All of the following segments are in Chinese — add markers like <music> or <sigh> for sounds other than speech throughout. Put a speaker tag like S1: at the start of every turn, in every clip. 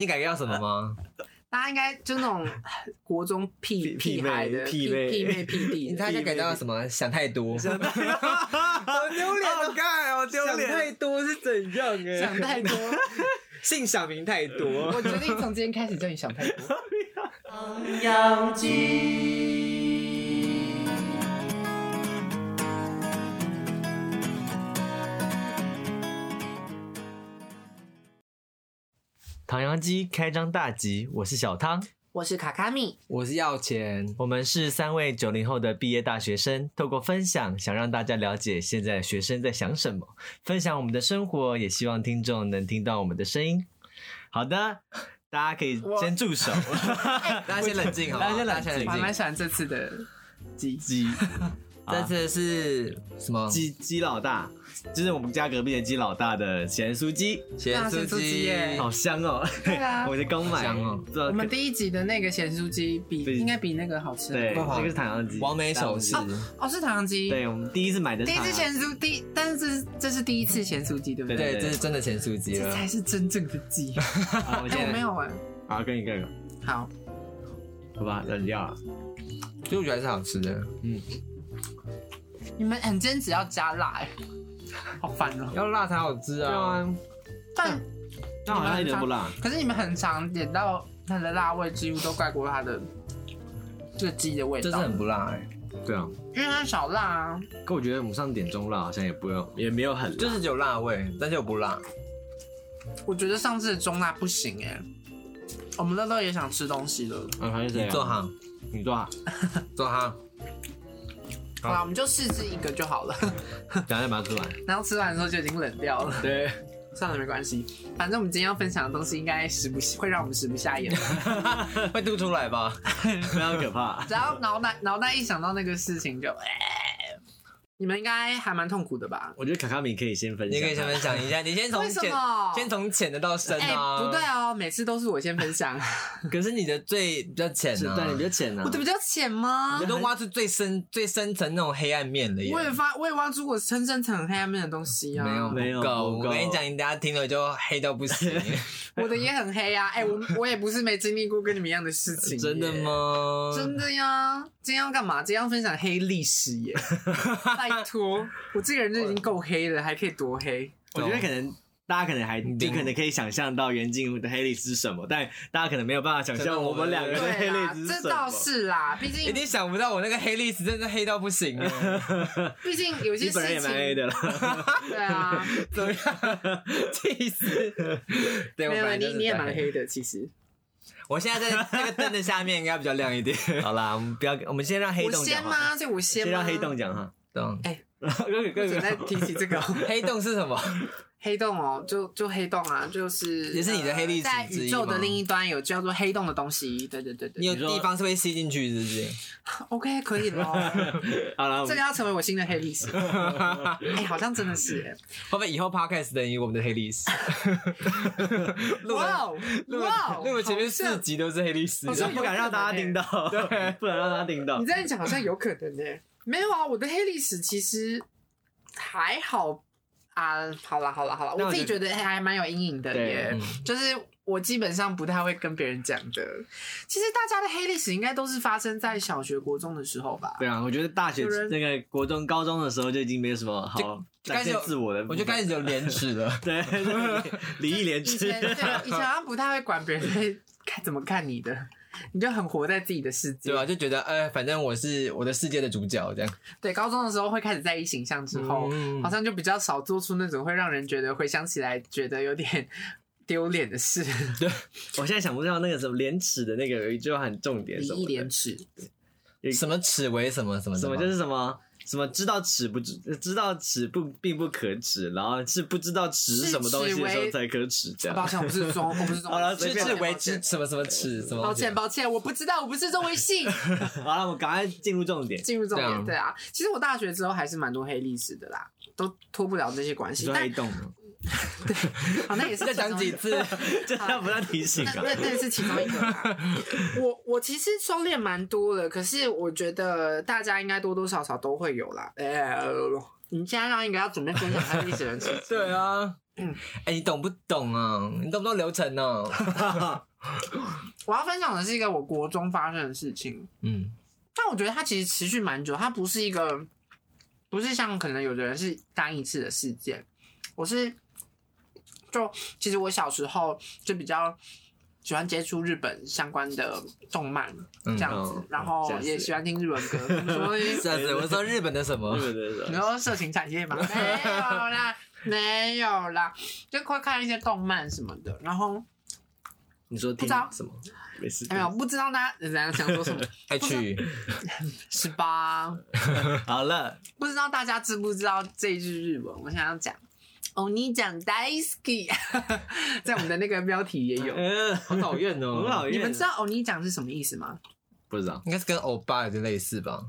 S1: 你改革要什么吗？
S2: 大家应该就那
S3: <laughs>
S2: 种国中屁
S3: 屁
S2: 屁孩的
S3: 屁
S2: 屁
S3: 妹
S2: 屁妹屁
S3: <laughs>
S2: 弟的，
S1: 大家改到什么？想太多，想太多，好丢脸
S3: 好
S1: 哦！
S3: 干哦，丢
S1: 想
S3: 脸！
S1: 太多是怎样？哎，
S2: <laughs> 想太 <laughs> 多。
S1: 姓想名太多。
S2: 我决定从今天开始叫你想太多。
S4: 《阳记》。
S3: 唐扬鸡开张大吉，我是小汤，
S2: 我是卡卡米，
S1: 我是要钱，
S3: 我们是三位九零后的毕业大学生，透过分享想让大家了解现在的学生在想什么，分享我们的生活，也希望听众能听到我们的声音。好的，大家可以先住手， <laughs>
S1: 大家先冷静好不好，
S3: 大家先冷静
S2: 我还蛮喜欢这次的集。
S3: 鸡
S1: <laughs>
S3: 啊
S1: 这次是什么？
S3: 鸡鸡老大，就是我们家隔壁的鸡老大的咸酥鸡，
S1: 咸酥
S2: 咸酥鸡耶
S3: 好香哦！
S2: 对啊
S3: <laughs> 我才刚买，
S1: 香哦
S3: 不知道
S2: 我们第一集的那个咸酥鸡比
S3: 对
S2: 应该比那个好吃。
S3: 对，
S1: 不好
S3: 那个是唐扬鸡，
S1: 完美手势，
S2: 哦，是糖鸡。
S3: 对，我们第一次买的是啊
S2: 第一
S3: 唐
S2: 次
S3: 扬鸡
S2: 咸酥第，但是这是这是第一次咸酥鸡，对不对？
S3: 对
S1: 对，这是真的咸酥鸡
S2: 这
S1: 了。
S2: 才是真正的鸡。
S3: 好， <laughs> 我
S2: 哎，我没有哎。
S3: 好，跟你跟你，
S2: 好，
S3: 好吧，冷掉啊了。
S1: 所以我觉得还是好吃的。
S2: 你们很坚持要加辣，哎，好烦
S3: 嗯
S2: 哦。
S1: 要辣才好吃
S3: 对
S1: 啊！
S3: 啊，
S2: 但
S3: 但好像一点都不辣。
S2: 可是你们很常点到它的辣味，几乎都盖过它的这个鸡的味
S1: 就是
S2: 道，
S1: 很不辣哎，
S3: 对啊，
S2: 因为它少辣啊。
S3: 可我觉得我们上次点中辣好像也不用，也没有很辣。
S1: 就是有辣味，但是又不辣。
S2: 我觉得上次的中辣不行哎、我们乐乐也想吃东西了。
S3: 嗯，还是谁
S1: 你
S3: 啊
S1: 坐，好，
S3: 你坐好，
S1: 坐 <laughs> 好。好
S2: 好啦，我们就试制一个就好了，
S3: <laughs>
S2: <laughs>
S3: 等下再把它吃完。
S2: 然后吃完的时候就已经冷掉了。
S3: 对，
S2: 算了，没关系，反正我们今天要分享的东西应该食不会让我们食不
S1: <laughs>
S2: 下咽。
S1: 会吐出来吧？
S3: 非常可 <laughs> 怕。
S2: 只要脑袋脑袋一想到那个事情就，哎，你们应该还蛮痛苦的吧？
S3: 我觉得卡卡米可以先分享，
S1: 你可以先分享一下，你先从
S2: 为什
S1: 浅
S2: 么，
S1: 先从浅的到深
S2: 哎、
S1: 啊。
S2: 不对，哦，每次都是我先分
S1: <laughs>
S2: 享，
S1: 可是你的最比较浅
S3: 是，
S1: 啊，
S3: 但你比较浅啊
S2: 我。这比较浅吗
S1: 你？都挖出最深、最深层那种黑暗面了耶。
S2: 我也发，我也挖出我深深层黑暗面的东西啊。
S1: 没有
S3: 没有
S1: 不够，
S3: 不够
S1: 我跟你讲，你等下听了就黑到不行。
S2: 我的也很黑啊。哎、我我也不是没经历过跟你们一样的事情。
S1: 真的？吗？
S2: 真的呀！今天要干嘛？今天要分享黑历史
S3: <laughs>
S2: 耶！拜托，我这个人就已经够黑了，还可以多黑？
S3: 我觉得可能。大家可能还
S1: 你
S3: 就可能可以想象到袁静茹的黑历史是什么，但大家可能没有办法想象我们两个的 <laughs> 黑
S2: 对
S3: 历
S2: 啦
S3: 史，是
S2: 这
S3: 什
S2: 倒
S3: 么。
S2: 是啦，毕
S1: 一
S2: 竟
S1: 定想不到我那个黑历史真的黑到不行 <laughs> 了。
S2: 毕竟有些
S3: 你本人
S2: 事
S3: 也蛮黑
S2: 情，
S3: 的了，
S2: 对
S3: <laughs>
S2: 啊，
S1: 怎么样？气死！对，我本
S2: 没有
S1: 来就
S2: 你
S1: 是
S2: 你也
S1: 在
S2: 蛮黑的，其实。
S1: 我现在在那个灯的下面，应该比较亮一
S2: <laughs>
S1: 点。
S3: 好啦，我们不要，我们先让黑
S2: 我
S3: 洞
S2: 先
S3: 讲话，
S2: 吗？所以我先
S3: 先
S2: 吗？
S3: 让黑洞讲哈。
S1: 懂？
S2: 不准再提起这个哦
S1: 黑洞是什么？
S2: 黑洞哦，就就黑洞啊，就是
S1: 也是你的黑历史
S2: 呃在
S1: 之一
S2: 宇宙的
S1: 吗
S2: 另一端有叫做黑洞的东西。对对对
S1: 你
S2: 对
S1: 有
S3: 你说
S1: 地方是会吸进去，是不是？
S2: ，OK，可
S1: <laughs>
S2: 以了。
S3: <laughs> 好了，我
S2: 这个
S3: 们
S2: 要成为我新的黑历史。哎，好像真的是耶。
S1: 会不会以后 podcast 等于我们的黑历史？录
S2: 哇
S1: 了
S2: 哦
S1: <laughs> 录
S2: 哇
S1: 了
S2: 哦，
S1: 录了前面
S2: 好像
S1: 四集都是黑历史
S2: 好，像
S3: 不敢让大家听到，对，不敢让大家听到
S2: 你。这样讲好像有可能呢、没有啊，我的黑历史其实还好啊。好啦好啦好啦，
S3: 那我
S2: 我自己觉
S3: 觉
S2: 得哎还蛮有阴影的
S3: 对
S1: 嗯
S2: 耶，就是。我基本上不太会跟别人讲的。其实大家的黑历史应该都是发生在小学、国中的时候吧？
S3: 对啊，我觉得大学
S2: 有人
S3: 那个国中、高中的时候就已经没有什么好
S1: 就开
S3: 展
S1: 始有
S3: 现自我的部
S1: 我
S3: 分，。
S1: 就开始有廉耻了
S3: <laughs> 对礼义廉
S2: 以
S3: 耻
S2: 前。对，以前好像不太会管别人在看怎么看你的，你就很活在自己的世界。
S1: 对吧？就觉得，呃，反正我是我的世界的主角，这样。
S2: 对高中的时候会开始在意形象之后，
S1: 嗯
S2: 好像就比较少做出那种会让人觉得回想起来觉得有点丢脸的事，
S3: <laughs> 我现在想不到那个什么廉耻的那个有一句话很重点，
S2: 礼
S3: 什
S2: 义
S3: 么
S2: 廉
S3: 的
S2: 耻。
S1: 什么耻为什么什么的
S3: 什么
S1: 吗
S3: 就是什么。什么知道耻不知知道耻不并不可耻，然后是不知道耻是什么东西的时候才可耻，这
S2: 抱
S3: 样
S2: 歉，我不是中，我不是中文系。
S3: 啊好了
S1: 知
S3: 随便
S1: 耻为
S2: 抱歉
S1: 知，什么什么耻什么。
S2: 抱歉，抱歉，我不知道，我不是中文系。
S3: 好了，我们赶快进入重
S2: <laughs>
S3: 点。
S2: 进入重
S1: 这
S2: 点，
S1: 样
S2: 对啊，其实我大学之后还是蛮多黑历史的啦，都脱不了这些关
S3: 你
S2: 系。
S3: 说黑
S2: 但
S3: 洞吗，
S2: 好，那也
S1: <laughs>
S2: 是
S1: 再
S2: 其
S1: 讲
S2: 中
S1: 几
S2: 一个
S1: 次？
S3: 这要不要提醒
S2: 那 <laughs>
S3: 啊？
S2: 那那是其中一个啦。我我其实收敛蛮多的，可是我觉得大家应该多多少少都会有啦。哎、呃你现在让一个要准备分享黑历史的人吃，
S1: 对啊，哎，你懂不懂啊？你懂不懂流程呢？
S2: 我要分享的是一个我国中发生的事情，
S1: 嗯，
S2: 但我觉得它其实持续蛮久，它不是一个，不是像可能有的人是单一次的事件，我是就其实我小时候就比较喜欢接触日本相关的动漫这样子，
S3: 嗯
S2: 然
S3: 这
S2: 后
S3: 样子
S2: 也喜欢听日文歌，什么东西
S1: <laughs> 这样子，我说日本的什么？
S3: 本的
S2: 你
S3: 人
S2: 说色情产
S1: <laughs>
S2: 业吗？没有啦，没有啦，就会看一些动漫什么的，然后
S1: 你说听
S2: 知道
S1: 什么哎
S3: 没事
S2: 哎没有不知道大家怎样想说什
S1: <laughs>
S2: 么，
S1: ？H
S2: 是吧？
S3: 好了，
S2: 不知道大家知不知道这一句日文？我想要讲。哦，你讲 daisy，在我们的那个标题也有。
S1: 哎
S3: 呃，
S1: 好讨厌哦，
S3: 很讨厌。
S2: 你们知道哦，你讲是什么意思吗？
S3: 不知
S1: <laughs>
S3: 道？
S1: 应该是跟欧巴有点类似吧？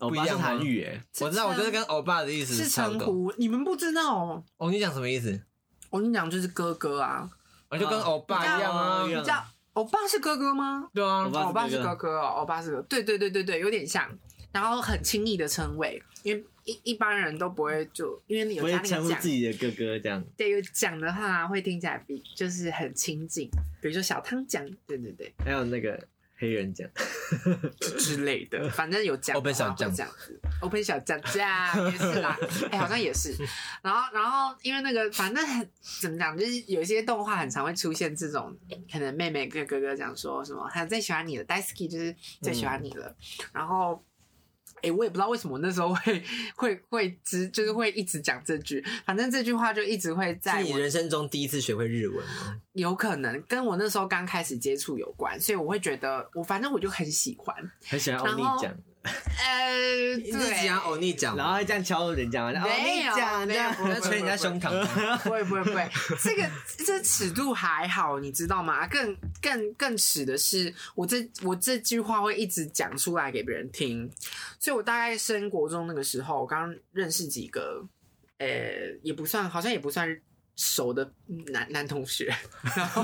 S3: 欧
S1: 不
S3: 巴
S1: 一
S3: 是
S1: 样吗
S3: 韩语哎，
S2: 是
S1: 我知道，我就是跟欧巴的意思
S2: 是
S1: 差不
S2: 称
S1: 多。
S2: 呼，你们不知道哦。
S1: 哦，你讲什么意思？
S2: 哦，你讲就是哥哥啊，
S1: 我就跟欧巴一样啊
S3: 你知道，
S2: 你叫欧巴是哥哥吗？
S1: 对啊
S3: 欧，巴
S2: 哦欧巴
S3: 是
S2: 是
S3: 哥哥
S2: 哥哥哦，欧巴是哥，对对对对对，有点像，然后很轻易的称谓，因为一一般人都不会就因为你
S3: 不
S2: 有
S3: 会
S2: 家
S3: 称
S2: 庭
S3: 呼
S2: 讲
S3: 自，己的哥哥这样。
S2: 对，有讲的话会听起来比就是很亲近，比如说小汤讲，对对对。
S3: 还有那个黑人讲，
S2: 之类的，反正有讲
S1: Open 小
S2: 酱
S1: 酱
S2: 这样子，open 小酱酱也是啦，哎、好像也是。然后，然后因为那个，反正很怎么讲，就是有一些动画很常会出现这种，可能妹妹跟哥哥讲说什么，他最喜欢你了 d a i s k y 就是最喜欢你
S1: 嗯
S2: 了。然后，哎、我也不知道为什么我那时候会会会只就是会一直讲这句，反正这句话就一直会在
S1: 是你
S2: 我
S1: 人生中第一次学会日文吗？
S2: 有可能跟我那时候刚开始接触有关，所以我会觉得我反正我就很喜欢，
S3: 很喜欢欧
S2: 然
S3: 尼
S2: 后
S3: 讲，
S2: 呃，
S1: 你自己
S2: 对
S1: 啊，欧尼讲，
S3: 然后还这样敲人家，然后欧
S2: 没
S3: 尼
S2: 有
S3: 讲这
S2: 没有
S3: 样，
S2: 不会
S1: 在捶人家胸膛，
S2: 不会不会不会，这个这尺度还好，你知道吗？更更更耻的是，我这我这句话会一直讲出来给别人听，所以我大概升国中那个时候，我刚认识几个，呃，也不算，好像也不算熟的男男同学， <laughs> 然后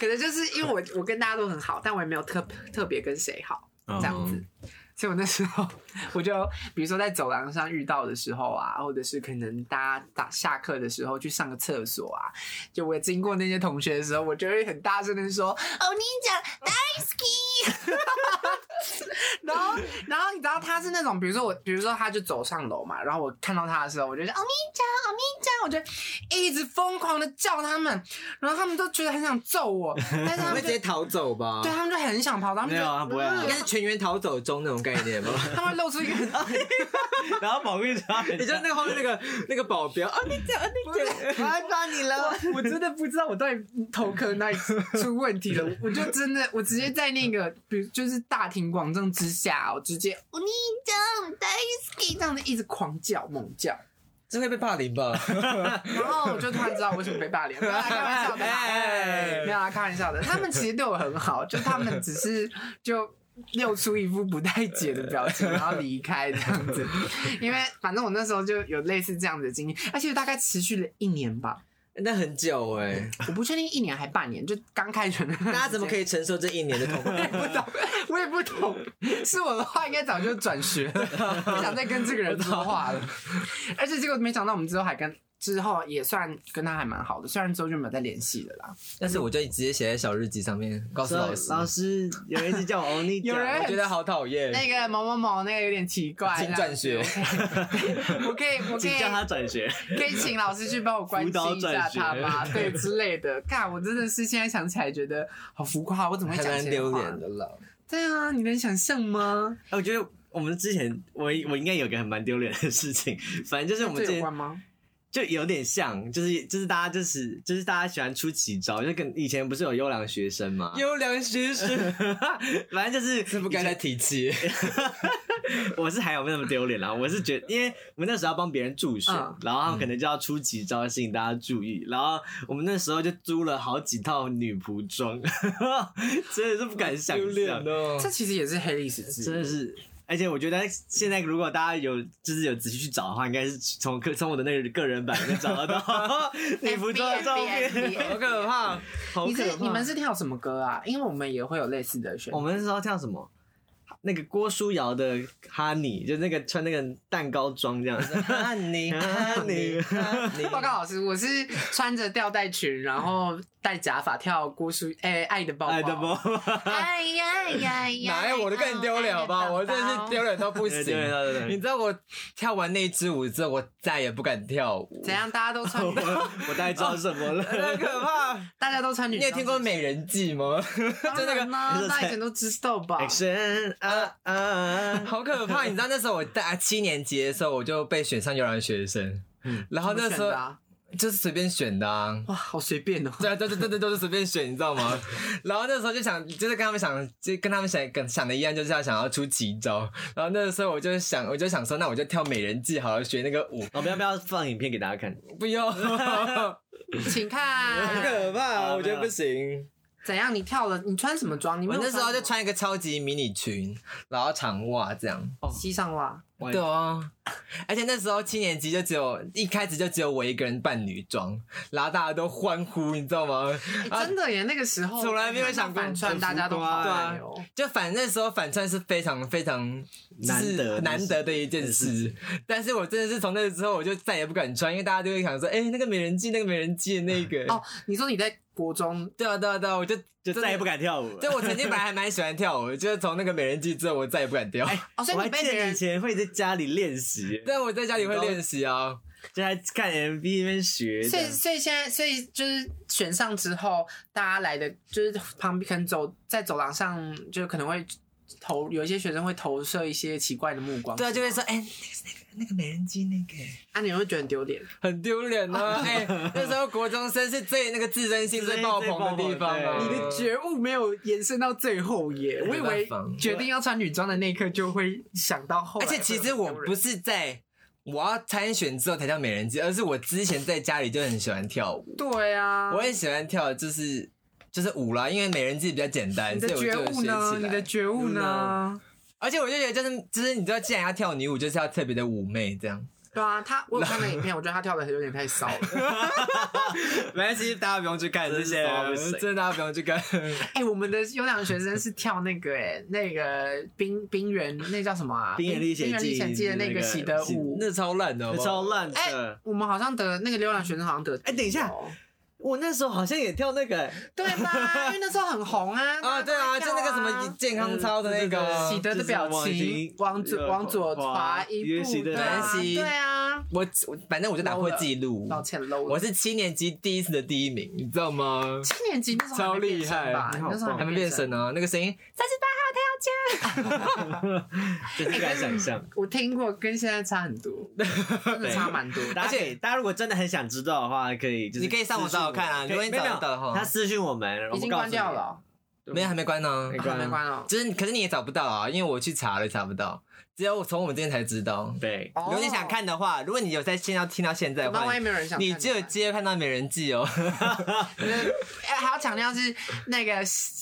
S2: 可能就是因为我我跟大家都很好，但我也没有特特别跟谁好。
S3: 哦
S2: 这样子。所以我那时候我就，比如说在走廊上遇到的时候啊，或者是可能大家打下课的时候去上个厕所啊，就我经过那些同学的时候，我就会很大声的说：“哦，你
S3: <laughs>
S2: 讲 d a i s k y <laughs> 然后，然后你知道他是那种，比如说我，比如说他就走上楼嘛，然后我看到他的时候，我就说“哦，你讲，哦，你讲”，我就一直疯狂的叫他们，然后他们都觉得很想揍我，但是他
S3: <laughs>
S1: 你会
S2: 们
S1: 直
S2: 就
S1: 接逃走吧？
S2: 对，他们就很想跑，他们就
S3: 没有啊不会啊
S1: 应该是全员逃走中那种概念吧？
S2: <laughs>
S1: <laughs>
S2: 他们会露出一个很
S3: <laughs> 然后跑过去抓人
S1: 你就
S3: 家，
S1: 那个后面那个那个保镖啊，你讲啊你讲，
S3: 我要抓你了。
S2: 我真的不知道我到底头壳哪里出问题
S3: <laughs>
S2: 了，我就真的我直接在那个，比如就是大庭广众之下，我直接我你这样 daisy 这样子一直狂叫猛叫，
S1: 这会被霸凌吧？
S2: 然后我就突然知道为什么被霸凌，没有
S3: <laughs>
S2: 啦，开玩笑的
S3: 哎
S2: 啦，没有啦，开玩笑的。他们其实对我很好，就他们只是就露出一副不待解的表情，然后离开这样子。因为反正我那时候就有类似这样子的经历，而且大概持续了一年吧。
S1: 那很久哎、
S2: 我不确定一年还半年，就刚开学那段时间。
S1: 大家怎么可以承受这一年的痛苦？
S2: <laughs> 不懂，我也不懂。是我的话，应该早就转学了，不想再跟这个人说话了。而且结果没想到，我们之后还跟之后也算跟他还蛮好的，虽然之后就没有再联系了啦。
S1: 但是我就直接写在小日记上面，告诉
S3: 说
S1: 老师，
S3: 老师有人一直叫我欧尼
S2: 有
S3: 讲，
S2: 人
S1: 我觉得好讨厌。
S2: 那个某某某那个有点奇怪，
S1: 请转学
S2: 这样子我可以，我可
S3: 请
S2: 以
S3: 叫，他转学。
S2: 可以请老师去帮我关心一下他吗？
S1: <laughs>
S2: 对之类的。看，我真的是现在想起来觉得好浮夸，我怎么会
S1: 还
S2: 讲
S1: 蛮
S2: 这些
S1: 丢
S2: 话
S1: 脸的了，
S2: 对啊，你能想象吗？
S3: 哎我觉得我们之前，我我应该有个很蛮丢脸的事情，反正就是我们之
S2: 这有
S3: 前
S2: 关吗？
S3: 就有点像，就是就是大家就是就是大家喜欢出奇招，就跟以前不是有优良学生嘛，
S1: 优良啊学生
S3: 反正就是
S1: 不该再提起。
S3: 我是还有没有那么丢脸啦，我是觉得，因为我们那时候要帮别人助选，
S2: 嗯
S3: 然后他们可能就要出奇招吸引大家注意，然后我们那时候就租了好几套女仆装， <laughs> 真的是不敢
S1: <laughs>
S3: 想
S1: 丢脸
S3: 象，
S1: 哦！
S2: <laughs> 这其实也是黑历史之一，
S3: 真的是。而且我觉得现在如果大家有就是有仔细去找的话，应该是从个从我的那个个人版里面找
S1: <laughs>
S3: 得到 <laughs> 女仆装的照片，
S1: 好可 <laughs> 怕！
S3: 好
S2: 你
S3: 可
S2: 是
S3: 怕。
S2: 你们是跳什么歌啊？因为我们也会有类似的选
S3: 我，们那时候跳什么？那个郭书瑶的哈尼，就那个穿那个蛋糕装这样，
S1: 啊
S3: 哈尼哈尼哈
S1: <laughs>
S3: 尼，
S2: 报告老师，我是穿着吊带裙，然后戴假发跳郭书哎、爱的抱抱，
S3: 爱的抱抱，
S4: 哎呀呀呀！
S1: 哪有我的更丢脸好不好？我真的是丢脸到不
S3: <laughs> 对对
S1: 行。
S3: 对
S1: 你
S3: 对，
S1: 知道我跳完那一支舞之后，我再也不敢跳舞，
S2: 怎样？大家
S1: <laughs>
S2: 都穿
S3: 我， <laughs> 我大概知道什么了，
S1: 很可怕。
S2: 大家都穿女
S1: 你
S2: 装。
S1: 有听过《美人计》吗？就
S2: 就那
S1: 那
S2: 个
S1: 个
S2: 吗？
S3: 就是
S2: 大家
S3: 在
S2: 以前都知道吧？
S3: Action 啊啊！
S1: 好可怕！你知道那时候我大七年级的时候，我就被选上游览学生，
S3: 嗯
S1: 然后那时
S2: 怎么选
S1: 候
S2: 的啊
S1: 就是随便选的啊。
S2: 哇，好随便哦。
S1: 对啊对对对对，都是随便选，你知道吗？然后那时候就想，就是跟他们想，就跟他们想跟想的一样，就是要想要出奇招。然后那时候我就想，我就想说，那我就跳美人计好了，学那个舞。
S3: 我们哦要不要放影片给大家看？
S1: 不用，很
S2: 请看，
S1: 可怕，
S3: 好
S1: 我觉得不行。
S2: 怎样？你跳了？你穿什么装？你
S1: 我
S2: 们
S1: 那时候就穿一个超级迷你裙，然后长袜这样。
S2: 西上袜，
S3: 哇
S1: 对啊， <laughs> 而且那时候七年级就只有一开始就只有我一个人扮女装，然后大家都欢呼，你知道吗？
S2: 哎
S1: 啊
S2: 真的耶！那个时候
S1: 从来没有想过
S2: 反串，大家都好
S1: 对
S2: 爱
S1: 啊
S2: 哦。，
S1: 就反正那时候反串是非常非常就是
S3: 难得的
S1: 难得的一件事，但是我真的是从那之后我就再也不敢穿，因为大家都会想说，哎、那个美人计，那个美人计的那个，
S2: 哦，你说你在国中
S1: 对啊对啊对啊，我就
S3: 就再也不
S1: 敢。
S3: 敢跳舞了。
S1: 对，我曾经本来还蛮喜欢跳舞，就是从那个美人计之后，我再也不敢
S3: <laughs>
S1: 跳。
S2: 哦，所以
S3: 我
S2: 你
S3: 还
S2: 被
S3: 记
S2: 别
S3: 得你以
S2: 人
S3: 前会在家里练习，
S1: 但我在家里会练习啊，
S3: 就还看 MV 那边学
S2: 所以，
S3: 这样。
S2: 所以现在，所以就是选上之后，大家来的就是旁边可能走在走廊上，就可能会投有一些学生会投射一些奇怪的目光。
S1: 对啊，就会
S2: 是
S1: 说，哎、那个那个那个美人计那个。
S2: 吗啊，你们会觉得很丢脸。
S1: 很丢脸啊！哎、那时候国中生是最那个自尊心最爆棚的地方啊！
S3: 自尊心最爆棚对你的
S2: 觉悟没有延伸到最后耶，我以为
S1: 没办法嗯
S2: 决定要穿女装的那一刻就会想到后来
S1: 而
S2: 会
S1: 且
S2: 有
S1: 其
S2: 很
S1: 实
S2: 丢
S1: 我
S2: 人
S1: 不是在我要参选之后才跳美人计，而是我之前在家里就很喜欢跳舞，
S2: 对啊，
S1: 我很喜欢跳，就是就是舞啦，因为美人计比较简单，
S2: 你
S1: 所以
S2: 的
S1: 我就
S2: 觉
S1: 有
S2: 悟
S1: 学
S2: 呢？
S1: 起
S2: 你的
S1: 来。嗯
S2: 觉悟呢？
S1: 而且我就觉得就是就是你知道，既然要跳女舞，就是要特别的妩媚这样。
S2: <laughs> 对啊，他我有看那影片，我觉得他跳的有点太骚了。
S1: 没关系，大家不用去看
S3: 这是骚到
S2: <laughs>
S3: 不行
S1: 真的啊大家不用去看。
S2: 哎、我们的有两个学生是跳那个哎、那个冰冰原那叫什么啊？
S3: 冰原历险
S2: 冰原
S3: 记
S2: 历险记的那个喜德舞。
S1: 那超烂的好不好，
S3: 超烂
S2: 哎、
S3: 的。
S2: 我们好像得那个浏览学生好像得
S3: 哎等一下
S2: 哦
S3: 我那时候好像也跳那 <laughs> 个，
S2: 对吧？因为那时候
S1: <laughs>
S2: 很红啊
S1: 啊！对啊，就那个什么健康操的那个
S3: 嗯
S2: 喜德的表情，往
S1: 呃
S2: 左往左滑一步，
S3: 喜德
S2: 对啊，
S1: 南希
S2: 对啊，
S1: 我我反正我就打破记录，
S2: 抱歉 low
S1: 我
S2: 了。
S1: 是七年级第一次的第一名，你知道吗？
S2: 七年级那时候还没变身吧
S1: 超厉害
S2: 你那时候
S1: 还哦没变身
S2: 呢。
S1: 呢、那个声音
S3: 真是不敢想象。
S2: 我听过，跟现在差很
S1: <laughs>
S2: 多，真的差蛮多。
S3: 而且大家如果真的很想知道的话，可以就是
S1: 你可以上网找找看啊
S3: 私讯我们
S1: 如果你找得到的话
S3: 没有没有他私讯我们，我
S2: 已
S3: 们
S2: 经
S3: 告诉
S2: 关
S3: 你
S2: 掉了哦，
S1: 没有还没关呢、
S3: 没
S2: 啊
S3: 关
S2: 没关了。
S1: 就是可是你也找不到啊，因为我去查了也查不到，只有我从我们这边才知道。
S3: 对，
S2: 哦
S1: 如果你想看的话，如果你有在现在听到现在的
S2: 那
S1: 话
S2: 万一，没有人想看
S1: 你
S2: 怎么办，
S1: 只有机会看到美人计 <laughs> 哦，
S2: 哎，还要强调是那个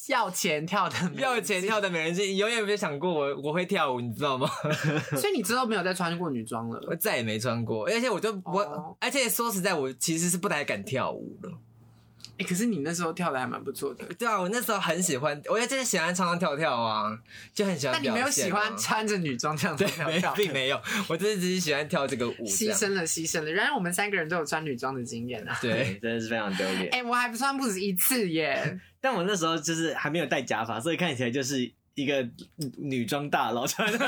S2: 要钱跳的，
S1: 要钱跳的美人计，你永远没有想过我我会跳舞，你知道吗？
S2: 所以你之后没有再穿过女装
S1: 我
S2: 了。
S1: 再也没穿过，而且我就我，
S2: 哦
S1: 而且说实在，我其实是不太敢跳舞的。
S2: 哎，可是你那时候跳的还蛮不错的，
S1: 对啊，我那时候很喜欢，我也真的喜欢唱唱跳跳啊，就很喜欢、
S2: 但你没有喜欢
S1: <laughs>
S2: 穿着女装这样子
S1: 啊对，
S2: 跳
S1: 没
S2: 跳，
S1: 并没有，我真的只是喜欢跳这个舞这
S2: 牺
S1: 样。
S2: 牲了，牺牲了。原来我们三个人都有穿女装的经验啊！
S3: <laughs>
S1: 对，
S3: 真的是非常丢脸。
S2: 哎，我还不穿不止一次耶，
S3: 但我那时候就是还没有戴假发，所以看起来就是一个女装大佬穿的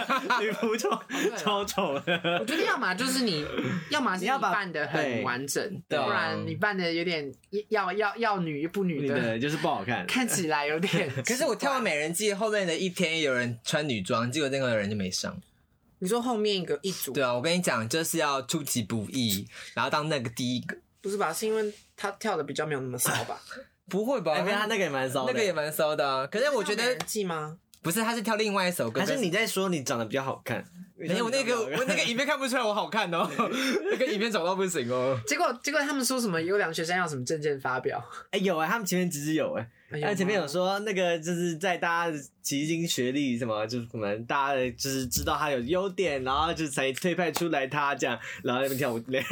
S3: 女服
S1: <laughs> 哦
S3: 装
S2: 啊，
S3: 超丑
S2: 我
S3: 的。
S2: 觉得要么就是你，要么是
S3: 你要把
S2: 扮的很
S3: 对
S2: 完整，不
S1: 对啊
S2: 然你扮的有点要要要女又不女
S3: 你
S2: 的，
S3: 的就是不好看，
S2: 看起来有点奇怪。
S1: 可是我跳完美人计后面的一天，有人穿女装，结果那个人就没上。
S2: 你说后面一个一组
S1: 对啊，我跟你讲，就是要出其不意，然后当那个第一个。
S2: 不是吧？是因为他跳的比较没有那么骚 <laughs> 吧？
S1: 不会吧？
S3: 哎，没有他那个也蛮骚的。
S1: 那个也蛮骚的、啊，可是我觉
S2: 像美
S1: 得
S2: 人计吗？
S1: 不是，他是跳另外一首歌。
S3: 还是
S1: 可
S3: 你在说你长得比较好看？
S1: 没有那个，我那个影片看不出来我好看哦，那个影片丑到不行哦。 <laughs>
S2: 结果结果他们说什么优良学生要什么证件发表，
S3: <laughs> 哎、有哎、他们前面其实有哎、
S2: 哎呦
S3: 他们前面有
S2: 妈
S3: 说那个就是在大家的齐心学历什么，就是可能大家的就是知道他有优点，然后就才推派出来他这样，然后在那边跳舞，对，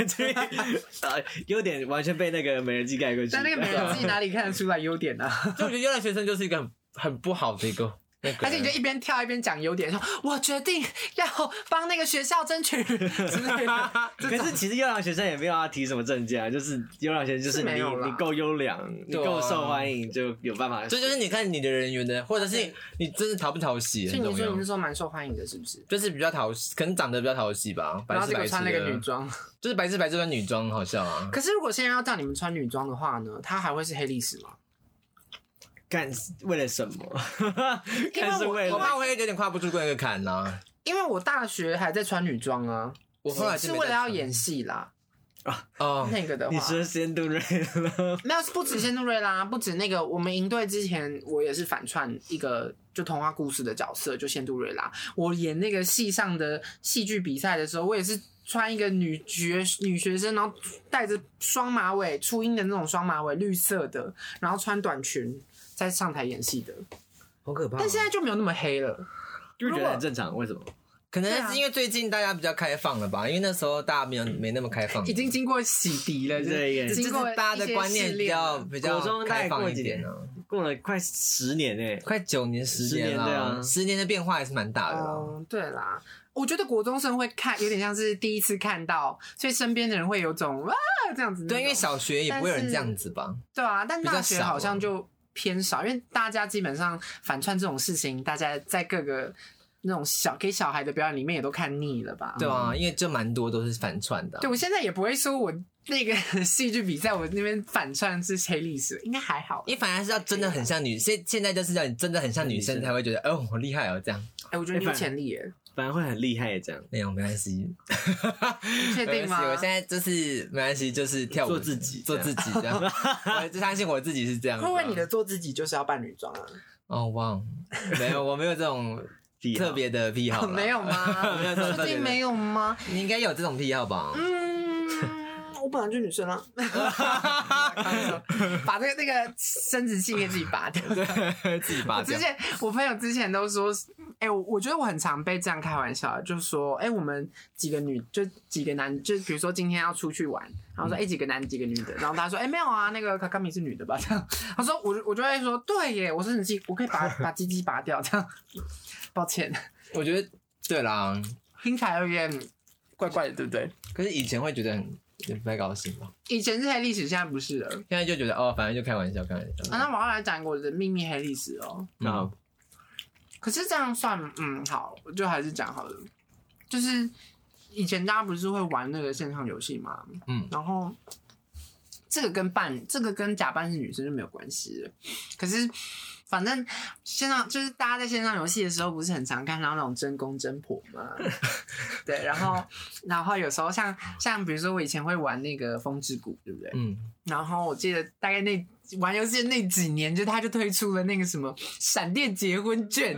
S3: 呃优点完全被那个美人计盖过去。
S1: <laughs>
S2: 但那个美人计哪里看得出来优点呢、啊？
S1: 就我觉得原来学生就是一个很很不好的一个那个
S2: 而且你就一边跳一边讲优点，说我决定要帮那个学校
S1: <laughs>
S2: 争取之类的。
S3: 可是其实优良学生也没有要提什么证件啊，就是优良学生就是
S2: 是
S3: 你
S2: 没有啦
S3: 你够优良，你
S1: 对啊
S3: 够受欢迎就有办法。
S1: 这
S2: 啊
S1: 就是你看你的人缘的，或者是
S2: 对
S1: 你真的讨不讨喜，
S2: 所
S1: 很
S2: 以你
S1: 重
S2: 说
S1: 要
S2: 你是说蛮受欢迎的，是不是？
S1: 就是比较讨喜，可能长得比较讨喜吧。白
S2: 然后
S1: 痴
S2: 这
S1: 白
S2: 个
S1: 痴
S2: 穿了一个女
S1: 的，
S2: 装，
S1: 就是白痴白痴跟女装好笑啊。
S2: <laughs> 可是如果现在要叫你们穿女装的话呢，它还会是黑历史吗？
S3: 干为了什么？ <laughs>
S2: 因为
S3: 干是
S2: 我
S3: 为
S1: 我
S3: 了
S1: 怕我也有点跨不住那个坎啊呐。
S2: 因为我大学还在穿女装啊，
S1: 我后来
S2: 是
S1: 就没
S2: 为了
S1: 再
S2: 要
S1: 穿
S2: 演戏啦。
S1: 哦，
S2: 那个的话，
S3: 你说先杜瑞了，
S2: 没有，不止仙杜瑞拉，不止那个我们营队之前，我也是反串一个就童话故事的角色，就仙杜瑞拉。我演那个戏上的戏剧比赛的时候，我也是穿一个女学女学生，然后带着双马尾，初音的那种双马尾，绿色的，然后穿短裙在上台演戏的。
S1: 嗯好可怕啊
S2: 但现在就没有那么黑了。
S3: 就觉
S2: 如
S3: 得
S2: 果
S3: 很正常。为什么？
S1: 可
S2: 对
S1: 能
S2: 啊
S1: 是因为最近大家比较开放了吧，因为那时候大家没有没那么开放，
S2: 已经经过洗涤了，
S3: 对
S2: 就是
S1: 就
S2: 经
S1: 是
S2: 过
S1: 大家
S2: 一
S1: 的
S2: 些
S1: 观念
S2: 试
S1: 比
S2: 炼
S1: 较
S2: 了
S1: 比较
S3: 国中大概
S1: 开放
S3: 过
S1: 一
S3: 几
S1: 点
S3: 年
S1: 啊。
S3: 过了快十年欸呢、
S1: 快九年十
S3: 十
S1: 年
S3: 年
S1: 了，
S3: 对啊
S1: 十年的变化还是蛮大的啦。
S2: 哦，对啦，我觉得国中生会看，有点像是第一次看到，所以身边的人会有种哇这样子那种。
S1: 对，因为小学也不会有人
S2: 但是
S1: 这样子吧？
S2: 对啊，但
S1: 比较
S2: 大学
S1: 少
S2: 好
S1: 啊
S2: 像就偏少，因为大家基本上反串这种事情，大家在各个那种小给小孩的表演里面也都看腻了吧？
S1: 对
S3: 嗯
S1: 啊，因为这蛮多都是反串的啊、
S2: 对我现在也不会说我那个 <laughs> 戏剧比赛我那边反串是黑历史，应该还好。
S1: 你反而是要真的很像女，现现在就是要你真的很像女生
S3: 女生
S1: 才会觉得，哦，好厉害哦，这样
S2: 哎、我觉得你有潜力耶，
S3: 反而会很厉害欸这样。
S1: 没有没关系，
S2: 确定
S1: 没
S2: 吗
S1: 关系我现在就是没关系，就是跳舞
S3: 做自己
S1: 做自己这
S3: <laughs>
S1: 样，我就相信我自己是这样子啊。
S2: 会不会你的做自己就是要扮女装啊？
S1: 哦哇，没有，我没有这种
S3: 癖好
S1: 特别的癖好，
S2: <laughs> 没有，吗？
S1: <laughs> 没有这种特
S2: 最
S1: 别
S2: 近
S1: 的
S2: 没有吗？
S1: 你应该有这种癖好吧？
S2: 嗯，我本来就女生啊， <laughs> 把这个那个生殖器给自己 <laughs> 拔掉。
S1: 对，自己拔
S2: 之
S1: 掉。
S2: 前嗯我朋友之前都说，哎、我我觉得我很常被这样开玩笑，就说，哎、我们几个女，就几个男，就比如说今天要出去玩，然后说，哎、几个男，几个女的，然后他说，哎、没有啊，那个卡卡米是女的吧？这样，他说，我就我就会说，对耶，我生殖器，我可以把把鸡鸡拔掉，这样， <laughs> 抱歉，
S1: 我觉得对啦，
S2: 听起来有点怪怪的，对不对？
S1: 可是以前会觉得很也不太高兴吧，
S2: 以前是黑历史，现在不是了。
S1: 现在就觉得哦，反正就开玩笑，开玩笑。
S2: 啊，那我要来讲一个我的秘密黑历史哦。
S3: 然后
S2: 可是这样算，嗯，好，我就还是讲好了。就是以前大家不是会玩那个线上游戏嘛，
S1: 嗯
S2: 然后这个跟扮，这个跟假扮是女生就没有关系了。可是反正线上就是大家在线上游戏的时候，不是很常看到那种真公真婆嘛？ <laughs> 对，然后然后有时候像像比如说我以前会玩那个风之谷，对不对？
S1: 嗯，
S2: 然后我记得大概那玩游戏的那几年，就他就推出了那个什么闪电结婚券，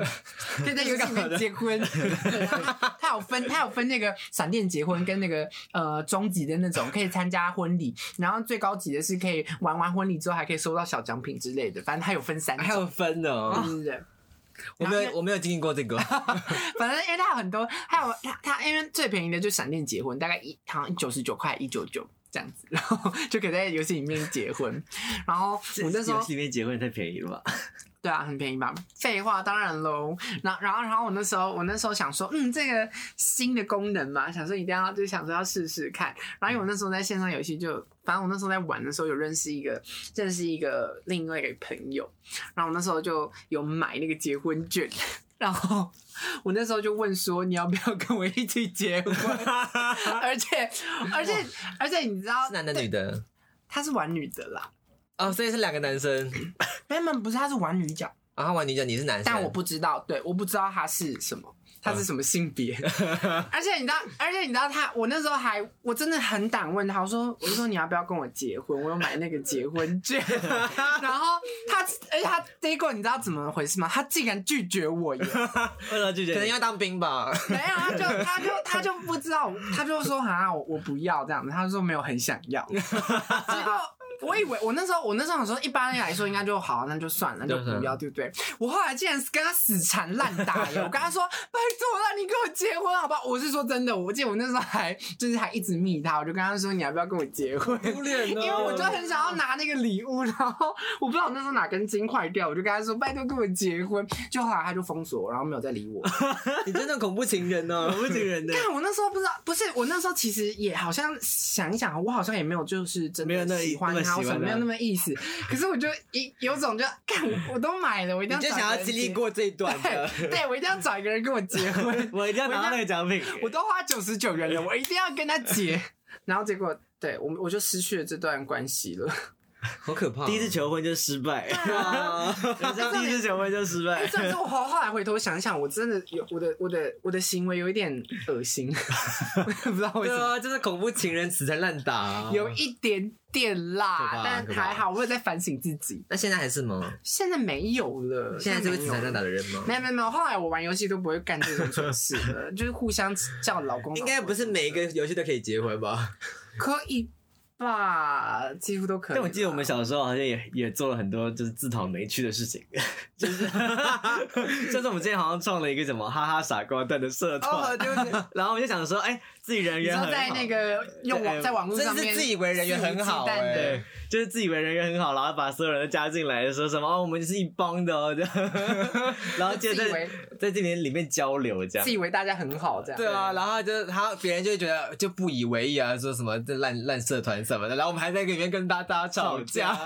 S2: 就在游戏里面结婚。对然后他他有分，他有分那个闪电结婚跟那个呃中级的那种可以参加婚礼，然后最高级的是可以玩完婚礼之后还可以收到小奖品之类的，反正他有分三
S1: 还有
S2: 种。
S1: 分的
S2: 对
S1: 哦，
S2: 对对，
S1: 我没有我没有经历过这个，
S2: 反正因为它有很多，还有它它因为最便宜的就闪电结婚，大概一好像九十九块一九九这样子，然后就可以在游戏里面结婚。然后我那时候
S3: 游戏里面结婚也太便宜了吧？
S2: 对啊，很便宜吧？废话，当然喽。然后然后然后我那时候我那时候想说，嗯，这个新的功能嘛，想说一定要就想说要试试看。然后因为我那时候在线上游戏就，反正我那时候在玩的时候有认识一个认识一个另外一个朋友，然后我那时候就有买那个结婚券， <laughs> 然后。我那时候就问说你要不要跟我一起结婚， <laughs> 而且而且而且你知道
S1: 是男的女的
S2: 他是玩女的啦，
S1: 哦，所以是两个男生，
S2: 没有没有不是他是玩女角，
S1: 然后玩女角你是男生，嗯
S2: 但我不知道，对，我不知道他是什么，他是什么性
S1: <laughs>
S2: 别。而且你知道，而且你知道他，我那时候还我真的很胆问他，我说我就说你要不要跟我结婚？我有买那个
S1: <laughs>
S2: 结婚券，然后他，而且他结果你知道怎么回事吗？他竟然拒绝我耶！
S3: 为了拒绝
S1: 可能
S3: 你，
S1: 要当兵吧，
S2: 没有，他就他就他就 <laughs> 不知道，他就说啊，我我不要这样子，他就说没有很想要，结果。我以为我那时候，我那时候想说，一般人来说应该就好，那就算了，那就
S1: 对
S2: 不要，对不对？我后来竟然是跟他死缠烂打耶！我跟他说，拜托了，你跟我结婚好不好？我是说真的，我记得我那时候还就是还一直密他，我就跟他说，你要不要跟我结 <laughs> 婚？
S1: 丢脸
S2: 因
S1: 呢，
S2: 为我就很想要拿那个礼物，然后我不知道我那时候哪根筋坏掉，我就跟他说拜托跟我结婚，就后来他就封锁我，然后没有再理我。
S1: <laughs> 你真的恐怖情人哦呢，恐怖情人呢，
S2: 但我那时候不知道，不是我那时候其实也好像想一想，我好像也没有就是真
S3: 没有那
S2: 的喜欢
S3: 那么
S2: 他，
S3: 喜
S2: 我
S3: 欢
S2: 什么没有
S3: 他，
S2: 那么意思。可是我就一有种就看我都买了，我一定
S1: 你
S2: 要
S1: 就
S2: 找
S1: 想
S2: 一
S1: 要
S2: 个人
S1: 经历
S2: 结
S1: 过这一段的。
S2: 对，对我一定要找一个人跟我结婚
S3: <laughs> <laughs> 我一定要拿到那个奖品。
S2: 我都花九十九元了，我一定要跟他结。然后结果对我我就失去了这段关系了。
S1: 好可怕哦！啊
S3: 第一次求婚就失败，啊 <laughs> 人生第一次求婚就失败
S2: <laughs> 哎，。虽然说我后后来回头想想，我真的有我的我的我的行为有一点恶心， <laughs> 不知道为
S1: 对
S2: 什么，
S1: 啊，就是恐怖情人死缠烂打啊。
S2: 有一点点
S1: 可
S2: 啦
S1: 怕，
S2: 但
S1: 可怕
S2: 还好我有在反省自己。
S1: 那现在还是吗？
S2: 现在没有了，
S1: 现在是会死缠
S2: 没有
S1: 烂打
S2: 了。
S1: 的人吗
S2: 没？有没有没有，后来我玩游戏都不会干这种蠢事
S1: <laughs>
S2: 了，就是互相叫老公。
S1: 应该不是
S2: 老婆
S1: 每一个游戏都可以结婚吧？
S2: 可以吧，几乎都可以啦。
S3: 但我记得我们小时候好像也也做了很多就是自讨没趣的事情，就是 <laughs> 像是我们之前好像创了一个什么哈哈傻瓜蛋的社
S1: 哦，
S3: 团
S1: 好，丢脸！
S3: 然后我就想说，哎，自己人
S2: 你
S3: 缘
S2: 说
S3: 很
S2: 在
S3: 好，
S2: 那个用
S3: 对
S2: 网在网络上
S1: 真
S2: 面
S1: 是自以为人缘很好
S2: 肆无忌惮的
S1: 哎。
S3: 就是自以为人缘很好，然后把所有人都加进来，说什么哦，我们是一帮
S1: <laughs>
S3: 的哦，这样然后
S2: 自
S3: 就
S2: 以
S3: 在
S2: 为
S3: 在这边里面交流这样
S2: 自。以为大家很好这样。
S1: 对啊，然后就是他别人就会觉得就不以为意啊，说什么这烂烂社团什么的，然后我们还在里面跟大家吵架，，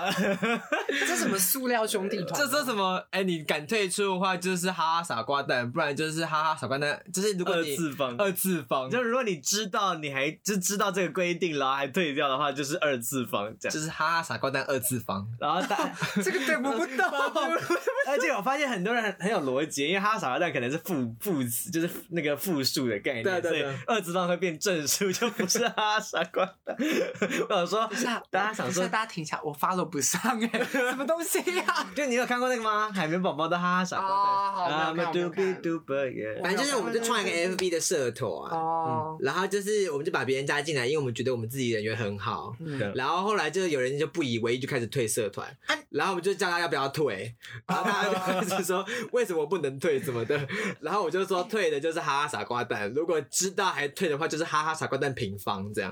S2: 这什么塑料兄弟团？
S1: 就说什么哎、你敢退出的话就是哈哈傻瓜蛋，不然就是哈哈傻瓜蛋，就是 <laughs> 如果
S3: 二
S1: 你
S3: 次方。
S1: 二次方
S3: 就如果你知道你还就知道这个规定，然后还退掉的话，就是二次方这样。
S1: 就是哈哈傻瓜蛋二次方，
S3: 然后大，
S2: 这个对不不
S1: <laughs>
S2: 到，
S3: <laughs> 而且我发现很多人很很有逻辑，因为哈傻瓜蛋可能是复复词，就是那个复数的概念，
S1: 对对对
S3: 所以二次方会变正数，就不是哈傻瓜蛋。 <laughs> 我想说
S2: 等一下，
S3: 大家想
S2: 等
S3: 说
S2: 一下，大家停一下，我 follow 不上哎、
S1: <laughs>
S2: 什么东西呀、
S3: 就你有看过那个吗？海绵宝宝的哈哈傻
S2: 哦好
S3: 瓜
S2: 我没有看我
S3: 蛋，啊
S2: 没有
S3: do
S2: 看
S3: be do be 耶。
S1: 反正就是我们就创一个 FB 的社团啊，
S2: 哦，
S1: 然后就是我们就把别人加进来，因为我们觉得我们自己人缘很好。
S2: 嗯，
S1: 然后后来就有人就不以为意，就开始退社团，然后我们就叫他要不要退，然后大家就开始说为什么不能退什么的，然后我就说退的就是哈哈傻瓜蛋，如果知道还退的话，就是哈哈傻瓜蛋平方这样。